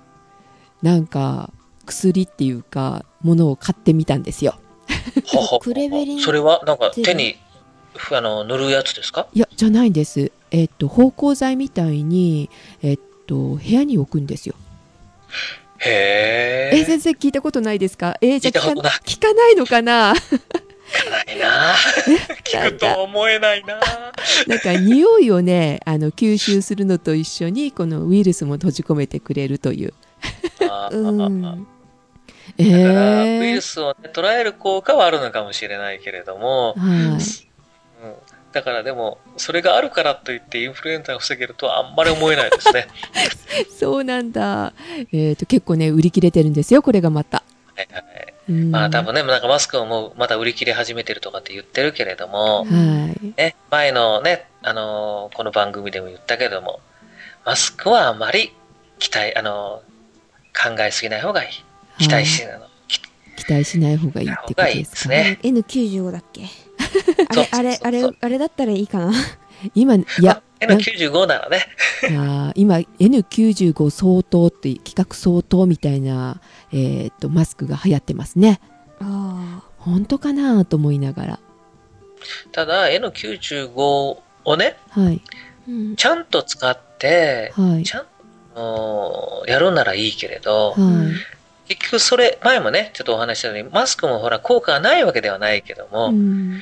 C: なんか薬っていうかものを買ってみたんですよ
B: ほほ
A: クレベリン
B: それはなんか手にふあの塗るやつですか
C: いやじゃないんですえっ、と芳香剤みたいにえっ、と部屋に置くんですよ
B: へ
C: え
B: え。
C: 先生聞いたことないですかえーじゃ
B: 聞
C: あ
B: いた
C: 聞
B: こと
C: か
B: ない
C: 聞かないのかな
B: ないなあ聞くと思えないなあ
C: なんか匂いをねあの吸収するのと一緒にこのウイルスも閉じ込めてくれるという
B: あ
A: う
B: ー
A: ん
C: え
B: だから、ウイル
C: ー、
B: スを、ね、捉える効果はあるのかもしれないけれども、
C: はい
B: うん、だからでも、それがあるからといってインフルエンザが防げるとはあんまり思えないですね。
C: そうなんだえっ、と結構ね売り切れてるんですよこれがまた
B: はいはい
C: うん
B: まあ多分ね、なんかマスクをもうまだ売り切れ始めてるとかって言ってるけれども、
C: はい
B: ね、前のね、あのーこの番組でも言ったけども、マスクはあまり期待、あのー考えすぎない方がいい。期待し、あの
C: はい期待しない方がいいってことですか
B: 方がいいですね
A: N95 だっけあ
B: そう
A: れあれあれあれだったらいいかな
C: 今いや
B: N95 ならね、
C: あー今 N95 相当っていう規格相当みたいな、えー、とマスクが流行ってますね。本当かなと思いながら。
B: ただ N95 をね、
C: はい。
A: うん
B: ちゃんと使って、
C: はい。
B: ちゃんとやるならいいけれど、
C: はい。
B: 結局それ、前もね、ちょっとお話ししたように、マスクもほら効果がないわけではないけども、
C: う
B: う
C: ん。
B: ん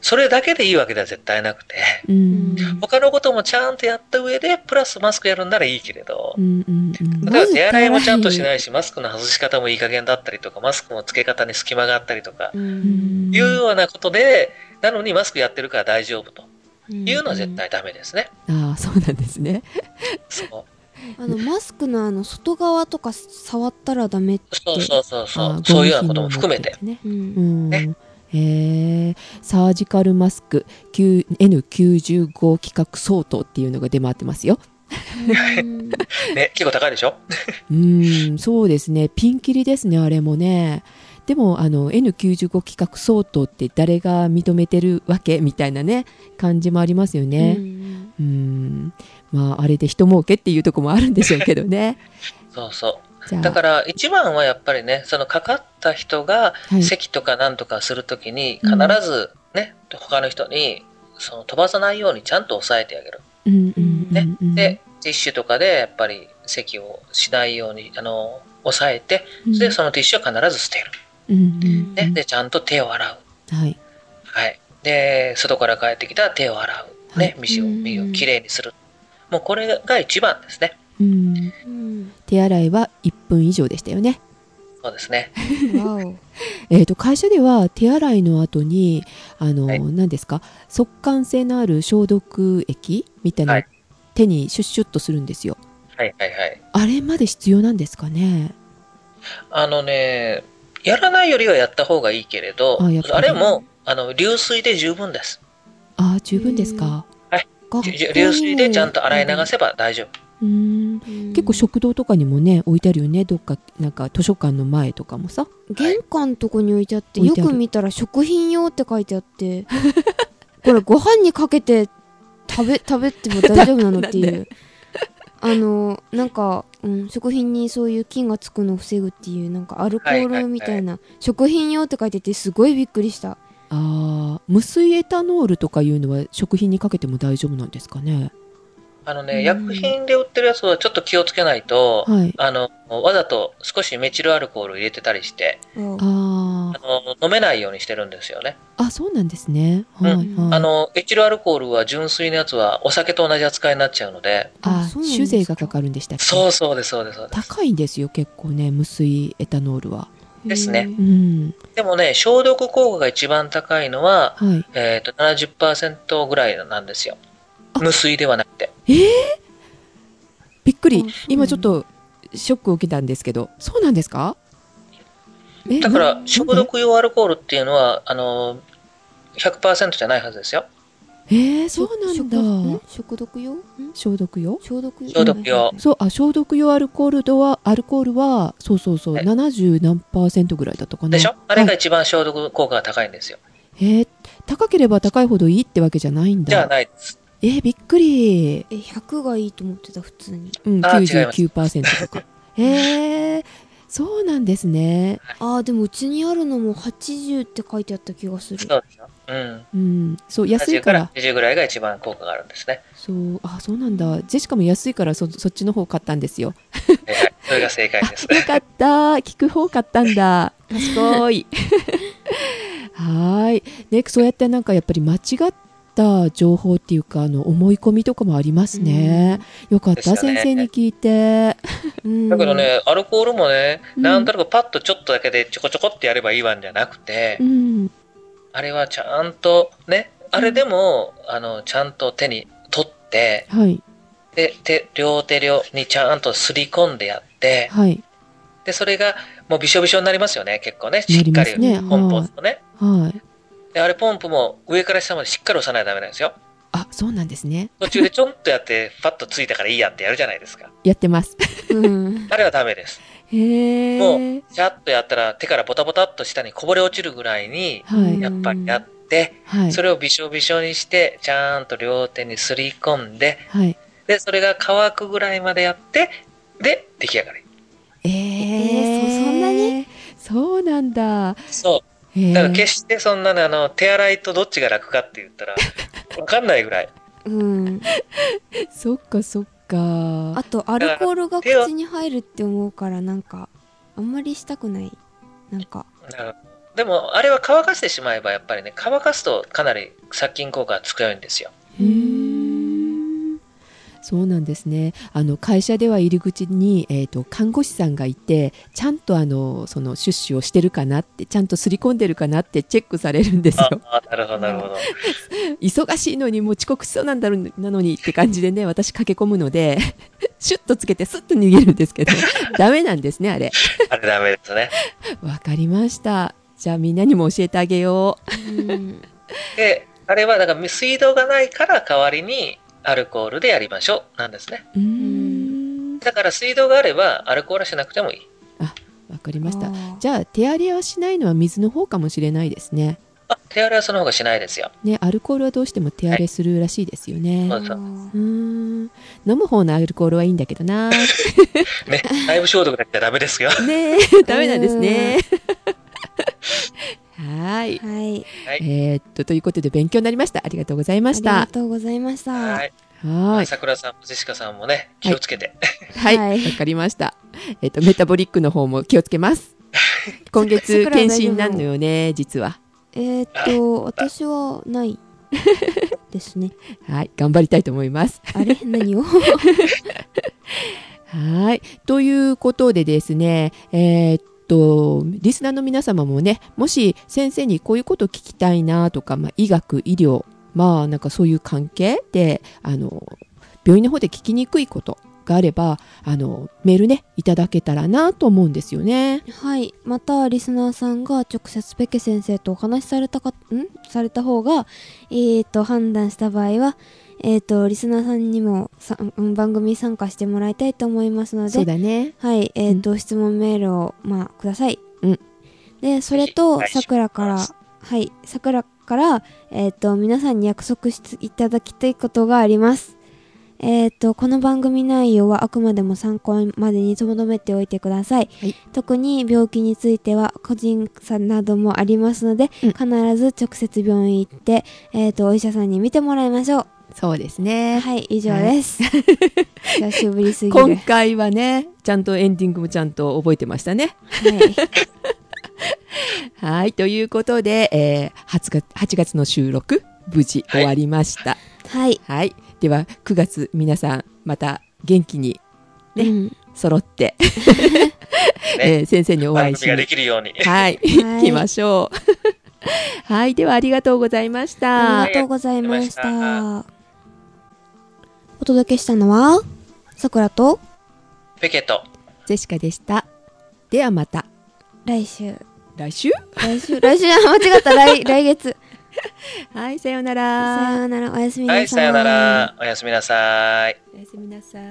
B: それだけでいいわけでは絶対なくて、
C: う
A: うんん。
B: 他のこともちゃんとやった上で、プラスマスクやるんならいいけれど
C: う、んうんうん
B: 例えば手洗いもちゃんとしないし、マスクの外し方もいい加減だったりとか、マスクの付け方に隙間があったりとか、
A: うん
B: いうようなことで、なのにマスクやってるから大丈夫というのは絶
A: ん
B: 対ダメですね。
C: ああそうなんですね。
B: そう
A: あのマスクのあの外側とか触ったらダメって
B: そうそうそうそ
C: あ
B: う
C: あ、
B: そういうようなことも含めて。。
C: ゴム品を持って
A: う
C: うんん。
B: ね
C: えー、サージカルマスク Q N95 規格相当っていうのが出回ってますよ。
A: うん
B: ね、結構高いでしょ
C: うん、そうですね。ピンキリですね、あれもね。でも、あの、N95 規格相当って誰が認めてるわけみたいなね、感じもありますよ
A: う
C: ね。
A: ん
C: うん、まあ、あれで人儲けっていうとこもあるんでしょうけ どね。
B: そうそ
C: じゃ
B: う。
C: あ、
B: だから一番はやっぱりね、そのかかった人が
C: はい、
B: 咳とかなんとかするときに、必
C: うん
B: ずね、他の人に、その飛ばさないようにちゃんと抑えてあげる。
C: うんうんうん
B: ね
C: うん
B: で、ティッシュとかでやっぱり咳をしないように、あの、抑えて、で、そのティッシュは必ず捨てる。
C: うんうん
B: ね、で、ちゃんと手を洗う。
C: はい。
B: はい。で、外から帰ってきたら手を洗う。
C: は
B: ね
C: い、
B: 身を、
A: うん
B: 身をきれいにする。もうこれが一番ですね。
C: うん、
A: うん
C: 手洗いは1分以上でしたよね。
B: そうですね。
A: わお
C: えー、と会社では手洗いの後にあの、
B: はい
C: 何ですか速乾性のある消毒液みたいな、
B: はい
C: 手にシュッシュッとするんですよ
B: はいはいはい。
C: あれまで必要なんですかね
B: あのね、やらないよりはやった方がいいけれど、
C: あやっぱり
B: あれも、あの、流水で十分です。
C: あー十分ですか、
A: 学校
B: じ
A: にも
B: 流水でちゃんと洗い流せば大丈夫。
C: うーん
A: うん
C: 結構食堂とかにもね置いてあるよねどっかなんか図書館の前とかもさ
A: 玄関とこに置いてあって
C: 置い
A: よ
C: てある
A: く見たら食品用って書いてあってこれご飯にかけて食べ食べても大丈夫なのってい
C: なん
A: うあのなんか、うん、食品にそういう菌がつくのを防ぐっていうなんかアルコールみたいな、食品用って書いててすごいびっくりした
C: あー無水エタノールとかいうのは食品にかけても大丈夫なんですかね
B: あの
A: う
B: ね、
A: ん
B: 薬品で売ってるやつはちょっと気をつけないと、
C: はい
B: あの、わざと少しメチルアルコールを入れてたりして、
A: あ
C: あ
B: あ
C: ー
B: の、飲めないようにしてるんですよね。
C: あそうなんですねはい、
A: うん
C: はい
B: あの、エチルアルコールは純粋なやつはお酒と同じ扱いになっちゃうので、
C: あ
A: そうなん
C: 酒
A: ですか
C: 税がかかるんでしたっけ
B: そうそうです、そうです、そうです。
C: 高いんですよ結構ね無水エタノールは
B: ですね
A: へ
C: う
A: ー
C: ん
B: でもね、消毒効果が一番高いのは、
C: はい
B: えっ、と、70%ぐらいなんですよ。無水ではなくて。
C: びっく
A: あ
C: り
A: そうなんだ
C: 今ちょっとショックを受けたんですけどそうなんですかえ
B: だか
C: な
B: ら
C: ん、で
B: 消毒用アルコールっていうのは、あの、100%じゃないはずですよ。
C: えー、そうなんだ
A: 食食毒用ん
C: 消毒用
A: 消毒用
B: 消毒用。
C: そうあ消毒用アルコール度はアルコールはそうそうそう、
B: はい
C: 70何パーセントぐらいだったかな
B: でしょあれが
C: はい
B: 一番消毒効果が高いんですよ。
C: えー高ければ高いほどいいってわけじゃないんだ
B: じゃあないです。
C: えー、びっくり、
A: え100がいいと思ってた普通に
C: うん、
B: あー違います
C: 99%とか えー、そうなんですね
A: あーでもうちにあるのも80って書いてあった気がする
B: そうですよ。うん。
C: うん、そう安い
B: 80
C: か
B: からら20ぐらいが一番効果があるんですね。
C: そうあそうなんだジェシカも安いからそそっちの方買ったんですよ
B: はいはい。それが正解です。
C: あよかった聞く方買ったんだ賢いはーいねそうやってなんかやっぱり間違った情報っていうかあの思い込みとかもありますね、よかっ
B: です
C: た、
B: よね
C: 先生に聞いて
A: うん
B: だけどね、アルコールもね、
C: うん
B: なんとなくパッとちょっとだけでちょこちょこってやればいいわんじゃなくて、
C: うん
B: あれはちゃんとね、あれでも、あの、ちゃんと手に取って、
C: はい
B: で、手、両手両にちゃんとすり込んでやって、
C: はい
B: で、それがもうびしょびしょになりますよね、結構ね。し
C: な
B: っ
C: り
B: か
C: ま
B: り、
C: すね
B: ポンポン
C: は
B: とね。
C: いはい
B: で、あれポンプも上から下までしっかり押さないとダメなんですよ。
C: あそうなんですね
B: 途中でちょんとやって、パッとついたからいいやってやるじゃないですか。
C: やってます
A: うん
B: あれはダメです。
C: へえ
B: シャッとやったら手からボタボタっと下にこぼれ落ちるぐらいに、
C: はい
B: やっぱりやって、
C: はい
B: それをびしょびしょにして、ちゃんと両手にすり込んで、
C: はい
B: で、それが乾くぐらいまでやって、で、出来上がり。
C: えー
A: えーそそんなに
C: そうなんだ
B: そう。
C: へえ
B: だから決してそんなねあの、手洗いとどっちが楽かって言っ たら、わかんないぐらい。
A: うん。
C: そっかそっ
A: あ
C: か
A: と、アルコールが口に入るって思うから、なんか、あんまりしたくない。なんか、
B: だからでも、あれは乾かしてしまえば、やっぱりね、乾かすとかなり殺菌効果が強いん ですよ。
C: へえそうなんですねあの会社では入り口に、えー、と看護師さんがいてちゃんとあのそのシュッシュをしてるかなってちゃんとすり込んでるかなってチェックされるんですよ
B: ああ、なるほど、なるほど。
C: 忙しいのにもう遅刻しそうなんだろうなのにって感じでね私駆け込むので シュッとつけてスッと逃げるんですけど ダメなんですねあれ
B: あれダメですね。
C: わかりましたじゃあみんなにも教えてあげよう
A: うん。
B: で、あれは、だから水道がないから代わりにアルコールでやりましょう、なんですね。
C: うーん
B: だから水道があれば、アルコールはしなくてもいい。
C: わかりました
A: あー
C: じゃあ手荒れはしないのは水の方かもしれないですね
B: あ、手洗いはその方がしないですよ。
C: ねアルコールはどうしても手荒れするらしいですよね、
B: は
A: あー
C: うーん飲む方のアルコールはいいんだけどな
B: ね、内部消毒だけじゃダメですよ。
C: ねえダメなんですね はーい
A: はい。
B: はい。
C: えーっとということで勉強になりましたありがとうござい
A: あ
C: ま
A: り
C: し
A: が
C: た
A: とうございました。
B: はい。
C: はーい
B: 桜さんもジェシカさんもね、気をつけて。
C: はい、わ、
A: はい
C: かりました。えっ、と、メタボリックの方も気をつけます。今
A: 桜
C: 月、
A: は大
C: 検
A: 丈夫
C: 診なんのよね、実は。
A: えーっと、私は ない。ですね。
C: はい、頑張りたいと思います。
A: あれ何を
C: はい。ということでですね、えーっと、リスナーの皆様もね、もし先生にこういうこと聞きたいなとか、まあ、医学、医療、まあ、なんかそういう関係で、あの、病院の方で聞きにくいことがあれば、あの、メールね、いただけたらなと思うんですよね。
A: はい。また、リスナーさんが直接ペケ先生とお話しされたか、んされた方が、えーっと、判断した場合は、えーっと、リスナーさんにもさ、うん番組に参加してもらいたいと思いますの
C: そう
A: で、
C: だね。
A: はい。えーっと、質問メールを、まあ、ください。
C: うん。
A: で、それ
B: ぜ
A: と、
B: ひお願いします
A: さくらから、はい。さくらから、えーっと、皆さんに約束していただきたいことがあります。えーっと、この番組内容はあくまでも参考までにとどめておいてください。
C: はい
A: 特に病気については個人差などもありますので、
C: うん
A: 必ず直接病院行って、えーっと、お医者さんに見てもらいましょう。
C: そうですね。
A: はい、以上です。 久しぶりすぎる。
C: 今回はね、ちゃんとエンディングもちゃんと覚えてましたね。
A: はい
C: はい、ということで、えー、8, 月8月の収録、無事
B: はい
C: 終わりました。
A: はい。
C: はい、では9月皆さん、また元気にね
A: うん
C: 揃って、
B: ね
C: えー先生にお
B: 番
C: 会いし
B: 組がで
C: に、
B: きるように。
C: はい、
A: はい
C: 行きましょう。 はい、ではありがとうございました。
A: ありがとうございまし
B: ありがとうござい
A: た。お届けしたのは、さくらと
B: ペケと。
C: ジェシカでした。ではまた
A: 来週。
C: 来週。
A: 来週、来週 じゃない間違った、来、来月。
C: はい、さような
A: さ
C: ら。
A: ようなら、おやすみなさ。
B: はいい、さよなら。おやすみなさい。
C: おやすみなさい。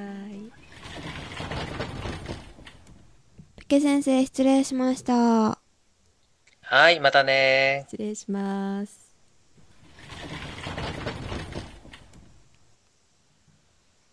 A: ペケ先生、失礼しました。
B: はい、またね
C: 失礼します。